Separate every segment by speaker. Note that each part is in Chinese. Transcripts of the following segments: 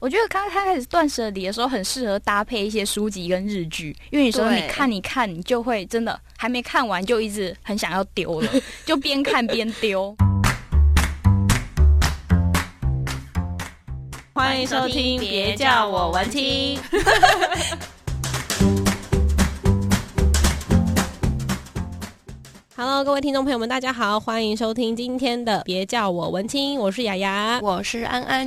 Speaker 1: 我觉得刚刚开始断舍离的时候，很适合搭配一些书籍跟日剧，因为有时候
Speaker 2: 对
Speaker 1: 你看你看，你就会真的还没看完就一直很想要丢 了，就边看边丢。
Speaker 2: 欢迎收听，别叫我文青。Hello，各位听众朋友们，大家好，欢迎收听今天的《别叫我文青》，我是雅雅。
Speaker 3: 我是安安，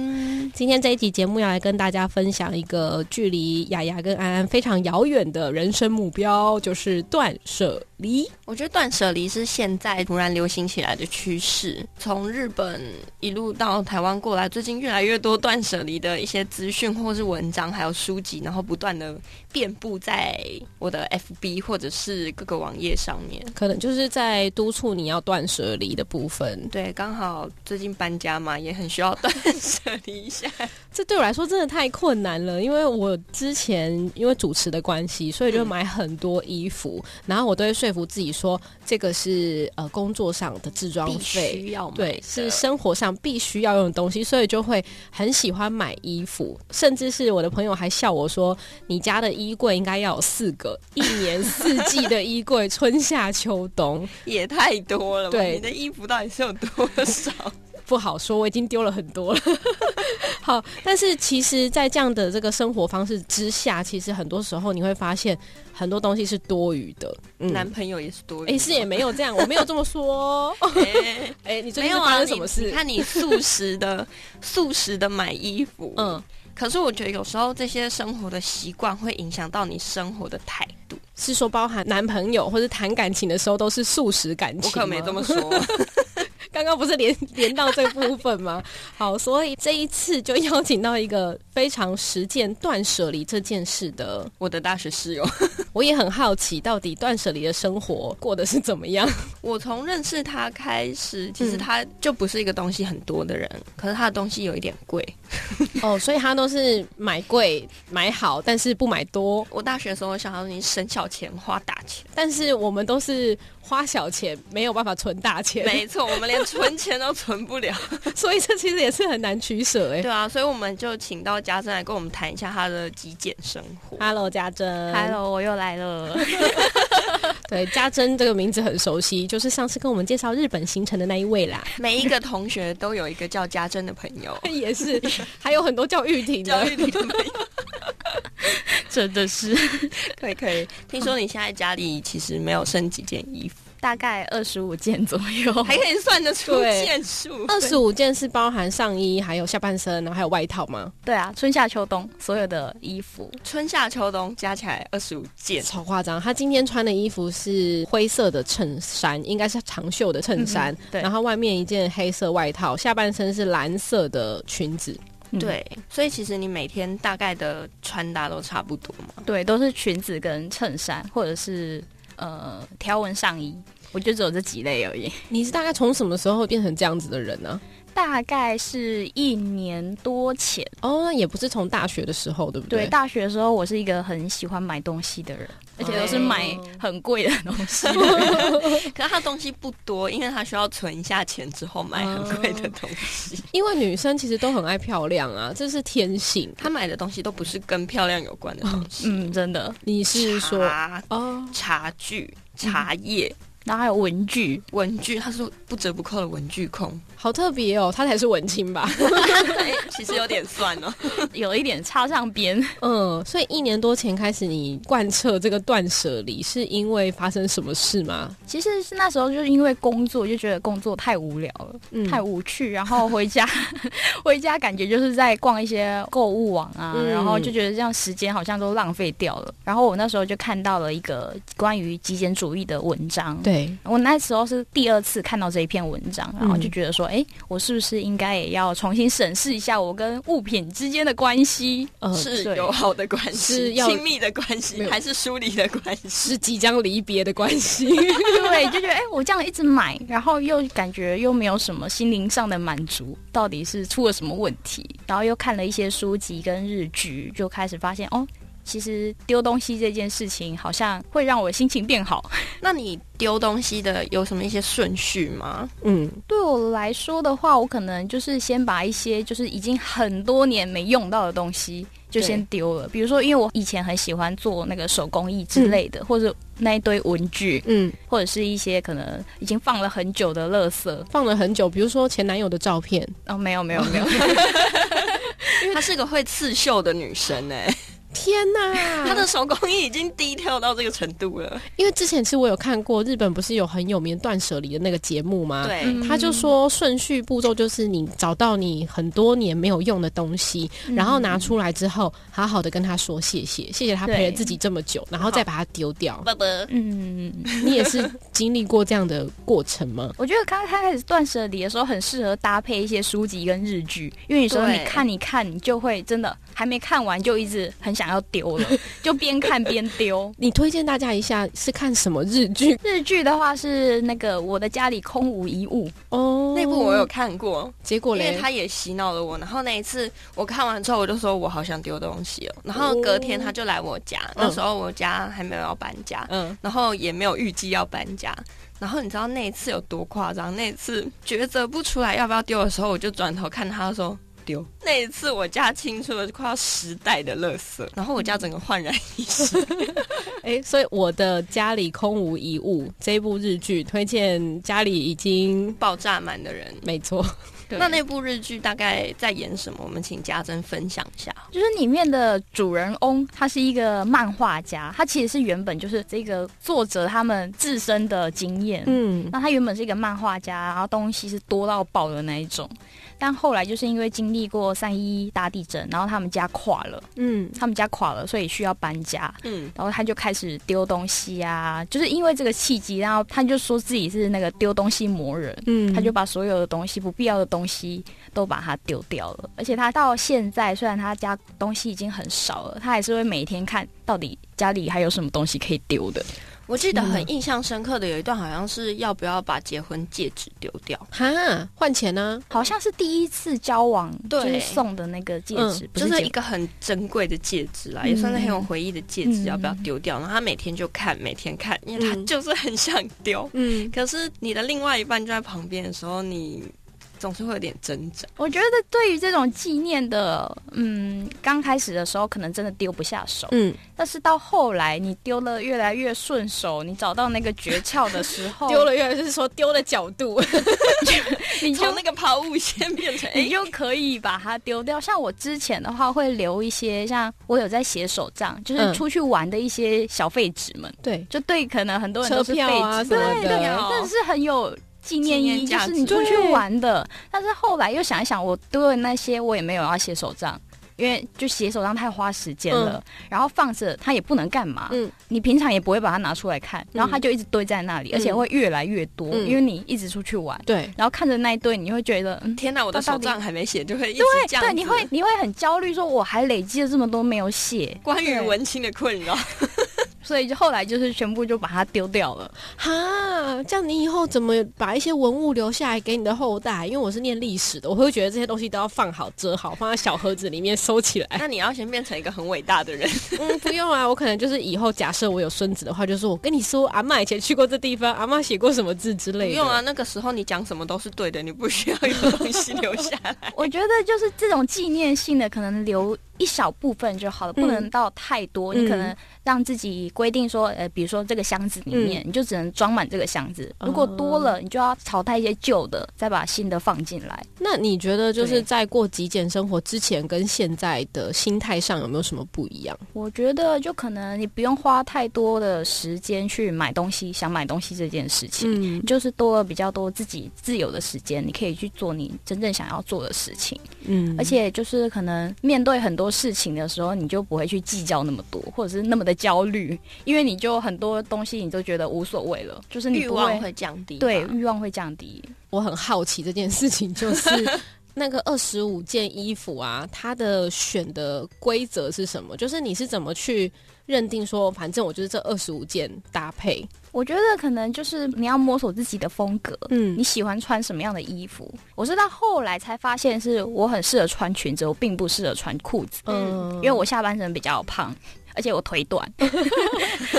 Speaker 2: 今天这一集节目要来跟大家分享一个距离雅雅跟安安非常遥远的人生目标，就是断舍离。
Speaker 3: 我觉得断舍离是现在突然流行起来的趋势。从日本一路到台湾过来，最近越来越多断舍离的一些资讯或是文章，还有书籍，然后不断的遍布在我的 FB 或者是各个网页上面。
Speaker 2: 可能就是在督促你要断舍离的部分，
Speaker 3: 对，刚好最近搬家嘛，也很需要断舍离一下。
Speaker 2: 这对我来说真的太困难了，因为我之前因为主持的关系，所以就
Speaker 3: 嗯
Speaker 2: 买很多衣服，然后我都会说服自己说，这个是呃工作上的置装
Speaker 3: 必
Speaker 2: 费，
Speaker 3: 须要买
Speaker 2: 对
Speaker 3: 的，
Speaker 2: 是生活上必须要用的东西，所以就会很喜欢买衣服，甚至是我的朋友还笑我说，你家的衣柜应该要有四个，一年四季的衣柜，春夏秋冬。
Speaker 3: 也太多了吧？
Speaker 2: 对
Speaker 3: 你的衣服到底是有多 少？
Speaker 2: 不好说，我已经丢了很多了。 好，但是其实，在这样的这个生活方式之下，其实很多时候你会发现很多东西是多余的。嗯
Speaker 3: 男朋友也是多余的
Speaker 2: 哎、
Speaker 3: 吗，
Speaker 2: 是也没有这样，我没有这么说 哦。
Speaker 3: 哎
Speaker 2: 哎、你
Speaker 3: 没
Speaker 2: 最近是
Speaker 3: 有
Speaker 2: 发
Speaker 3: 啊，
Speaker 2: 生什么
Speaker 3: 你
Speaker 2: 事
Speaker 3: 你？看你素食 的素食的买衣服，嗯，
Speaker 2: 嗯，
Speaker 3: 可是我觉得有时候这些生活的习惯会影响到你生活的态度。
Speaker 2: 是说包含男朋友或者谈感情的时候都是素食感情
Speaker 3: 我
Speaker 2: 吗？
Speaker 3: 可没这么说，
Speaker 2: 刚刚不是连连到这部分吗？好，所以这一次就邀请到一个非常实践断舍离这件事的
Speaker 3: 我的大学室友，
Speaker 2: 我也很好奇，到底断舍离的生活过得是怎么样？
Speaker 3: 我从认识他开始，其实
Speaker 2: 嗯
Speaker 3: 他就不是一个东西很多的人，可是他的东西有一点贵。
Speaker 2: 哦，所以他都是买贵买好，但是不买多。
Speaker 3: 我大学的时候想要你省小钱花大钱，
Speaker 2: 但是我们都是花小钱，没有办法存大钱，
Speaker 3: 没错，我们连存钱都存不了。
Speaker 2: 所以这其实也是很难取舍哎、
Speaker 3: 对啊，所以我们就请到家珍来跟我们谈一下他的极简生活。
Speaker 2: Hello，家珍。
Speaker 1: Hello，我又来了。
Speaker 2: 对，家珍这个名字很熟悉，就是上次跟我们介绍日本行程的那一位啦，
Speaker 3: 每一个同学都有一个叫家珍的朋 友。
Speaker 2: 也是， 还有很多叫玉 婷
Speaker 3: 教
Speaker 2: 的。
Speaker 3: 育你的朋友。
Speaker 1: 真的是
Speaker 3: 可以可以，听说你现在家里其实没有剩几件衣服，
Speaker 1: 大概二十五件左右，
Speaker 3: 哦还可以算得出
Speaker 2: 对
Speaker 3: 件数。
Speaker 2: 二十五件是包含上衣，还有下半身，然后还有外套吗？
Speaker 1: 对啊，春夏秋冬所有的衣服，
Speaker 3: 春夏秋冬加起来二十五件，
Speaker 2: 超夸张！他今天穿的衣服是灰色的衬衫，应该是长袖的衬衫，
Speaker 1: 嗯对
Speaker 2: 然后外面一件黑色外套，下半身是蓝色的裙子。
Speaker 1: 嗯
Speaker 3: 对，所以其实你每天大概的穿搭都差不多嘛。
Speaker 1: 对，都是裙子跟衬衫，或者是呃条纹上衣，我就只有这几类而已。
Speaker 2: 你是大概从什么时候变成这样子的人啊呢、
Speaker 1: 大概是一年多前，
Speaker 2: 哦，那也不是从大学的时候，对不
Speaker 1: 对，
Speaker 2: 对？哦
Speaker 1: 大学的时候我是一个很喜欢买东西的人，而且都是买很贵的东 西。
Speaker 3: 可是它东西不多，因为它需要存下钱之后买很贵的东西。
Speaker 2: 因为女生其实都很爱漂亮啊，这是天性。
Speaker 3: 他买的东西都不是跟漂亮有关的东西，
Speaker 1: 嗯，真的。
Speaker 2: 你是 说
Speaker 1: 啊
Speaker 3: 茶、
Speaker 2: 哦？
Speaker 3: 茶具、茶叶、
Speaker 1: 然后还有文 具，
Speaker 3: 文具，他是不折不扣的文具 控。
Speaker 2: 好特别哦，她才是文 青吧？
Speaker 3: 哎其实有点算哦。
Speaker 1: 有一点插上边。
Speaker 2: 嗯，所以一年多前开始你贯彻这个断舍离，是因为发生什么事吗？
Speaker 1: 其实是那时候就是因为工作，就觉得工作太无聊了，
Speaker 2: 嗯
Speaker 1: 太无趣，然后回家 回家感觉就是在逛一些购物网啊，
Speaker 2: 嗯
Speaker 1: 然后就觉得这样时间好像都浪费掉了。然后我那时候就看到了一个关于极简主义的文章，
Speaker 2: 对，
Speaker 1: 我那时候是第二次看到这一篇文章，然后
Speaker 2: 嗯
Speaker 1: 就觉得说，哎、我是不是应该也要重新审视一下我跟物品之间的关系？
Speaker 2: 呃，
Speaker 3: 是
Speaker 1: 对
Speaker 3: 友好的关
Speaker 2: 是
Speaker 3: 系，
Speaker 2: 要
Speaker 3: 亲密的关
Speaker 2: 没
Speaker 3: 系，
Speaker 2: 有
Speaker 3: 还是疏离的关系？
Speaker 2: 是即将离别的关系。
Speaker 1: 对，就觉得哎、诶我这样一直买，然后又感觉又没有什么心灵上的满足，到底是出了什么问题？然后又看了一些书籍跟日剧，就开始发现哦。其实丢东西这件事情好像会让我心情变好。
Speaker 3: 那你丢东西的有什么一些顺序吗？
Speaker 2: 嗯，
Speaker 1: 对我来说的话，我可能就是先把一些就是已经很多年没用到的东西就先丢了。比如说，因为我以前很喜欢做那个手工艺之类的，或者那一堆文具，
Speaker 2: 嗯，
Speaker 1: 或者是一些可能已经放了很久的垃圾。
Speaker 2: 放了很久，比如说前男友的照片，
Speaker 1: 哦，没有没有没有，
Speaker 3: 她是个会刺绣的女生哎、
Speaker 2: 天哪，
Speaker 3: 她的手工艺已经低调到这个程度了。
Speaker 2: 因为之前其实我有看过日本不是有很有名的断舍离的那个节目吗？。
Speaker 3: 对，
Speaker 1: 嗯
Speaker 2: 他就说顺序步骤就是你找到你很多年没有用的东西，
Speaker 1: 嗯
Speaker 2: 然后拿出来之后，好好的跟他说谢谢，谢谢他陪
Speaker 1: 对
Speaker 2: 了自己这么久，然后再把它丢掉。
Speaker 3: 拜拜。
Speaker 1: 嗯，
Speaker 2: 你也是经历过这样的过程 吗？
Speaker 1: 我觉得刚开始断舍离的时候，很适合搭配一些书籍跟日剧，因为有时候
Speaker 3: 对
Speaker 1: 你看你看，你就会真的还没看完就一直很想要丢 了，就边看边丢。
Speaker 2: 你推荐大家一下是看什么日剧
Speaker 1: 日剧的话是那个《我的家里空无一物》，
Speaker 2: 哦？
Speaker 3: 那部我有，看过，
Speaker 2: 结果
Speaker 3: 因为
Speaker 2: 嘞，
Speaker 3: 她也洗脑了我。然后那一次我看完之后，我就说我好想丢东西哦。然后隔天她就来我家，
Speaker 2: 嗯
Speaker 3: 那时候我家还没有要搬家，
Speaker 2: 嗯，
Speaker 3: 然后也没有预计要搬家。然后你知道那一次有多夸张？那一次抉择不出来要不要丢的时候，我就转头看他说丢。那一次我家清出了快要十袋的垃圾，然后我家整个焕然一新。
Speaker 2: 哎、所以我的家里空无一物这一部日剧推荐家里已经
Speaker 3: 爆炸满的人。
Speaker 2: 没错，
Speaker 1: 对
Speaker 3: 那那部日剧大概在演什么？我们请家珍分享一下。
Speaker 1: 就是里面的主人翁，他是一个漫画家，他其实是原本就是这个作者他们自身的经验。
Speaker 2: 嗯
Speaker 1: 那他原本是一个漫画家，然后东西是多到爆的那一种，但后来就是因为经历过三一大地震，然后他们家垮了，
Speaker 2: 嗯，
Speaker 1: 他们家垮了，所以需要搬家。
Speaker 3: 嗯，
Speaker 1: 然后他就开始丢东西啊，就是因为这个契机，然后他就说自己是那个丢东西魔人，
Speaker 2: 嗯，
Speaker 1: 他就把所有的东西、不必要的东西都把它丢掉了。而且他到现在，虽然他家东西已经很少了，他还是会每天看到底家里还有什么东西可以丢的。
Speaker 3: 我记得
Speaker 2: 嗯
Speaker 3: 很印象深刻的有一段，好像是要不要把结婚戒指丢掉？
Speaker 2: 哈换钱啊呢、
Speaker 1: 好像是第一次交往，
Speaker 3: 对嗯
Speaker 1: 就是送的那个戒指，不
Speaker 3: 就是是
Speaker 1: 戒
Speaker 3: 一个很珍贵的戒指啦，
Speaker 1: 嗯
Speaker 3: 也算是很有回忆的戒指，
Speaker 1: 嗯
Speaker 3: 要不要丢掉？然后他每天就看，每天看，因为他
Speaker 2: 嗯
Speaker 3: 就是很想丢。
Speaker 2: 嗯，
Speaker 3: 可是你的另外一半就在旁边的时候，你总是会有点挣扎。
Speaker 1: 我觉得对于这种纪念的，嗯，刚开始的时候可能真的丢不下手，
Speaker 2: 嗯，
Speaker 1: 但是到后来你丢了越来越顺手，你找到那个诀窍的时候，
Speaker 2: 丢了，原来是说丢的角度，
Speaker 1: 你就
Speaker 3: 从那个抛物线变成
Speaker 1: 你
Speaker 3: 哎，
Speaker 1: 就可以把它丢掉。像我之前的话，会留一些，像我有在写手账，就是
Speaker 2: 嗯
Speaker 1: 出去玩的一些小废纸们，
Speaker 2: 对，
Speaker 1: 就对，可能很多人
Speaker 2: 车
Speaker 1: 都是废
Speaker 2: 票啊
Speaker 1: 纸，
Speaker 2: 什
Speaker 1: 对
Speaker 2: 么
Speaker 1: 对，
Speaker 2: 的，
Speaker 3: 哦
Speaker 1: 但是很有。纪念意义
Speaker 3: 纪念
Speaker 1: 就
Speaker 3: 价值
Speaker 1: 是你出去玩的，但是后来又想一想，我丢的那些我也没有要写手账，因为就写手账太花时间了，然后放着它也不能干嘛，
Speaker 2: 嗯
Speaker 1: 你平常也不会把它拿出来看，然后它就一直堆在那里，
Speaker 2: 嗯
Speaker 1: 而且会越来越多，
Speaker 2: 嗯
Speaker 1: 因为你一直出去玩，
Speaker 2: 对，
Speaker 1: 然后看着那一堆，你会觉得嗯
Speaker 3: 天哪，我的
Speaker 1: 到
Speaker 3: 手
Speaker 1: 底
Speaker 3: 账还没写，就会一直这
Speaker 1: 对
Speaker 3: 样子
Speaker 1: 对，你会你会很焦虑，说我还累积了这么多没有写，
Speaker 3: 关于
Speaker 1: 对
Speaker 3: 文青的困扰。
Speaker 1: 所以就后来就是全部就把它丢掉 了。
Speaker 2: 哈，这样你以后怎么把一些文物留下来给你的后代？因为我是念历史的，我会觉得这些东西都要放好、折好，放在小盒子里面收起来。
Speaker 3: 那你要先变成一个很伟大的人，
Speaker 2: 嗯，不用啊，我可能就是以后假设我有孙子的话，就说我跟你说，阿嬷以前去过这地方，阿嬷写过什么字之
Speaker 3: 不
Speaker 2: 类的。
Speaker 3: 用啊。，那个时候你讲什么都是对的，你不需要有东西留下 来。
Speaker 1: 我觉得就是这种纪念性的，可能留一小部分就好了，不能到太多。
Speaker 2: 嗯
Speaker 1: 你可能让自己规定说，呃，比如说这个箱子里
Speaker 3: 嗯
Speaker 1: 面，你就只能装满这个箱子，
Speaker 2: 哦
Speaker 1: 如果多了，你就要淘汰一些旧的，再把新的放进来。
Speaker 2: 那你觉得就是
Speaker 1: 对
Speaker 2: 在过极简生活之前跟现在的心态上有没有什么不一样？
Speaker 1: 我觉得就可能你不用花太多的时间去买东西，想买东西这件事情。
Speaker 2: 嗯
Speaker 1: 就是多了比较多自己自由的时间，你可以去做你真正想要做的事情，
Speaker 2: 嗯
Speaker 1: 而且就是可能面对很多事情的时候，你就不会去计较那么多，或者是那么的焦虑，因为你就很多东西你都觉得无所谓了，就是你
Speaker 3: 欲
Speaker 1: 不
Speaker 3: 望
Speaker 1: 会
Speaker 3: 会降低吧，
Speaker 1: 对欲望会降低。
Speaker 2: 我很好奇这件事情，就是 那个二十五件衣服啊，它的选的规则是什么？就是你是怎么去认定说，反正我就是这二十五件搭配，
Speaker 1: 我觉得可能就是你要摸索自己的风格。
Speaker 2: 嗯
Speaker 1: 你，喜欢穿什么样的衣服？我是到后来才发现，是我很适合穿裙子，我并不适合穿裤子，
Speaker 2: 嗯
Speaker 1: 因为我下半身比较胖，而且我腿短。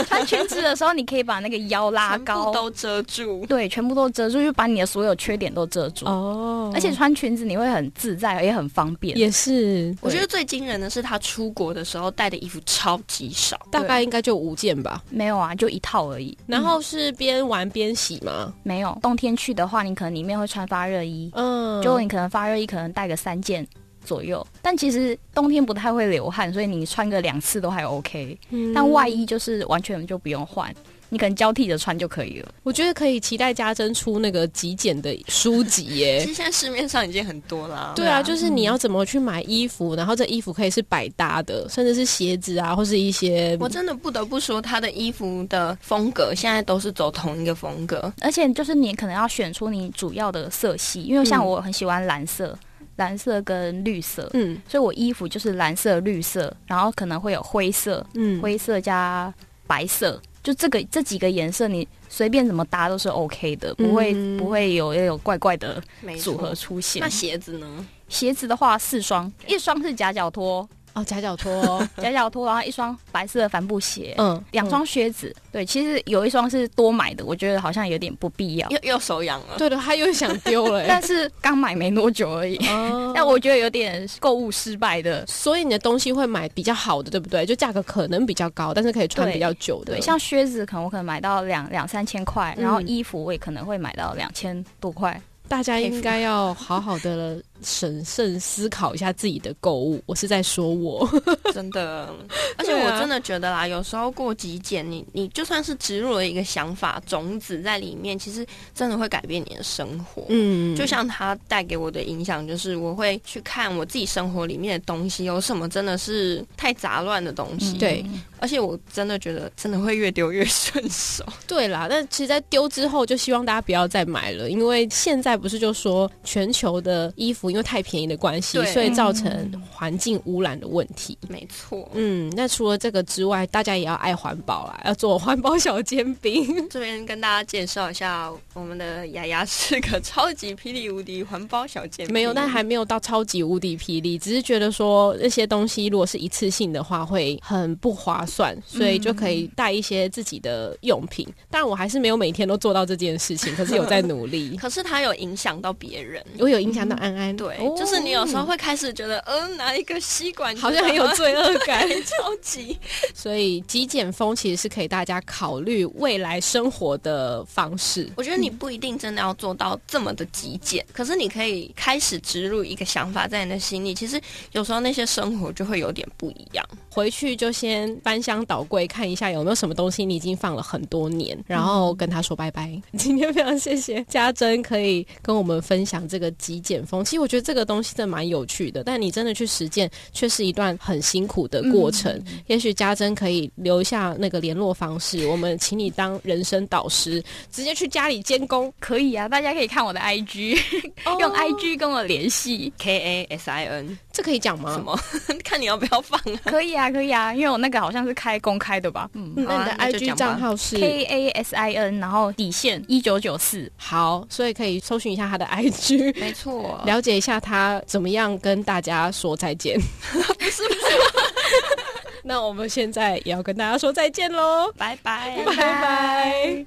Speaker 1: 穿裙子的时候，你可以把那个腰拉
Speaker 3: 全部
Speaker 1: 高，
Speaker 3: 都遮住。
Speaker 1: 对，全部都遮住，就把你的所有缺点都遮住。
Speaker 2: 哦
Speaker 1: 而且穿裙子你会很自在，也很方便。
Speaker 2: 也是，
Speaker 3: 我觉得最惊人的是他出国的时候带的衣服超级少，
Speaker 2: 大概应该就五件吧。
Speaker 1: 没有啊，就一套而已。
Speaker 2: 然后是边玩边洗吗？
Speaker 1: 没有，冬天去的话，你可能里面会穿发热衣，
Speaker 2: 嗯，
Speaker 1: 就你可能发热衣可能带个三件左右。但其实冬天不太会流汗，所以你穿个两次都还 OK。
Speaker 2: 嗯
Speaker 1: 但外衣就是完全就不用换，你可能交替着穿就可以了。
Speaker 2: 我觉得可以期待家珍出那个极简的书籍
Speaker 3: 其
Speaker 2: 耶。
Speaker 3: 实现在市面上已经很多啦。
Speaker 2: 对
Speaker 1: 对
Speaker 2: 啊，
Speaker 1: 啊
Speaker 2: 就是你要怎么去买衣服，然后这衣服可以是百搭的，甚至是鞋子啊，或是一些
Speaker 3: 我真的不得不说，他的衣服的风格现在都是走同一个风格。
Speaker 1: 而且就是你可能要选出你主要的色系，因为像
Speaker 2: 嗯
Speaker 1: 我很喜欢蓝色，蓝色跟绿色，
Speaker 2: 嗯
Speaker 1: 所以我衣服就是蓝色、绿色，然后可能会有灰色，
Speaker 2: 嗯
Speaker 1: 灰色加白色，就这个这几个颜色你随便怎么搭都是 OK 的，不会、
Speaker 2: 嗯
Speaker 1: 不会有那种怪怪的
Speaker 3: 没
Speaker 1: 组合出现
Speaker 3: 那。鞋子呢？
Speaker 1: 鞋子的话四双，一双是夹脚拖，
Speaker 2: 哦夹脚拖，
Speaker 1: 夹脚拖，然后一双白色的帆布鞋。
Speaker 2: 嗯，
Speaker 1: 两双靴子，对，其实有一双是多买的，我觉得好像有点不必要，
Speaker 3: 又又手痒了
Speaker 2: 嗯，。对的，他又想丢了耶。
Speaker 1: 但是刚买没多久而已。
Speaker 2: 哦
Speaker 1: 但我觉得有点购物失败的。
Speaker 2: 所以你的东西会买比较好的，对不对？就价格可能比较高，但是可以穿
Speaker 1: 对
Speaker 2: 比较久的。
Speaker 1: 对，像靴子可能我可能买到两两三千块，
Speaker 2: 嗯
Speaker 1: 然后衣服我也可能会买到两千多块。
Speaker 2: 大家应该要好好的审慎思考一下自己的购物。我是在说我，
Speaker 3: 真的，而且
Speaker 2: 对
Speaker 3: 我
Speaker 2: 啊
Speaker 3: 真的觉得啦，有时候过极简，你你就算是植入了一个想法种子在里面，其实真的会改变你的生活。
Speaker 2: 嗯
Speaker 3: 就像它带给我的影响，就是我会去看我自己生活里面的东西有什么真的是太杂乱的东西，
Speaker 1: 嗯
Speaker 2: 对
Speaker 3: 而且我真的觉得真的会越丢越顺手。
Speaker 2: 对啦，但其实，在丢之后，就希望大家不要再买了，因为现在不是就说全球的衣服因为太便宜的关系，
Speaker 3: 对
Speaker 2: 所以造成环境污染的问题。
Speaker 3: 没错，
Speaker 2: 嗯，那除了这个之外，大家也要爱环保啦，要做环保小煎 饼。
Speaker 3: 这边跟大家介绍一下，我们的雅雅是个超级霹雳无敌环保小姐，。
Speaker 2: 没有，但还没有到超级无敌霹雳，只是觉得说那些东西如果是一次性的话，会很不划算，所以就可以带一些自己的用品。当然，我还是没有每天都做到这件事情，可是有在努力
Speaker 3: 可是它有影响到别人。
Speaker 2: 我 有影响到安安，
Speaker 3: 对，
Speaker 2: 哦
Speaker 3: 就是你有时候会开始觉得，嗯、拿一个吸 管
Speaker 2: 好像很有罪恶感，
Speaker 3: 超级，
Speaker 2: 所以极简风其实是可以大家考虑未来生活的方式。
Speaker 3: 我觉得你不一定真的要做到这么的极简，可是你可以开始植入一个想法在你的心里。其实有时候那些生活就会有点不一样。
Speaker 2: 回去就先翻箱倒柜看一下有没有什么东西你已经放了很多年，然后跟他说拜拜。 今天非常谢谢家珍可以跟我们分享这个极简风，嗯其实我觉得这个东西真的蛮有趣的，但你真的去实践却是一段很辛苦的过程。也许家珍可以留下那个联络方式，我们请你当人生导师，直接去家里监工，
Speaker 1: 可以啊，大家可以看我的 IG，、用 IG 跟我联 系。
Speaker 3: K A S I N
Speaker 2: 这可以讲吗？
Speaker 3: 什么？ 看你要不要放啊？
Speaker 1: 可以啊，可以啊，因为我那个好像是开公开的吧？嗯
Speaker 2: 嗯那
Speaker 3: 好
Speaker 2: 你的
Speaker 3: 啊那就
Speaker 2: IG
Speaker 3: 讲吧
Speaker 2: 账号是
Speaker 1: ，K A S I N，然后底线一九九四。
Speaker 2: 好，所以可以搜寻一下他的 IG，
Speaker 3: 没错，
Speaker 2: 了解一下他怎么样跟大家说再 见。 那我们现在也要跟大家说再见喽，
Speaker 3: 拜拜。
Speaker 2: 拜拜。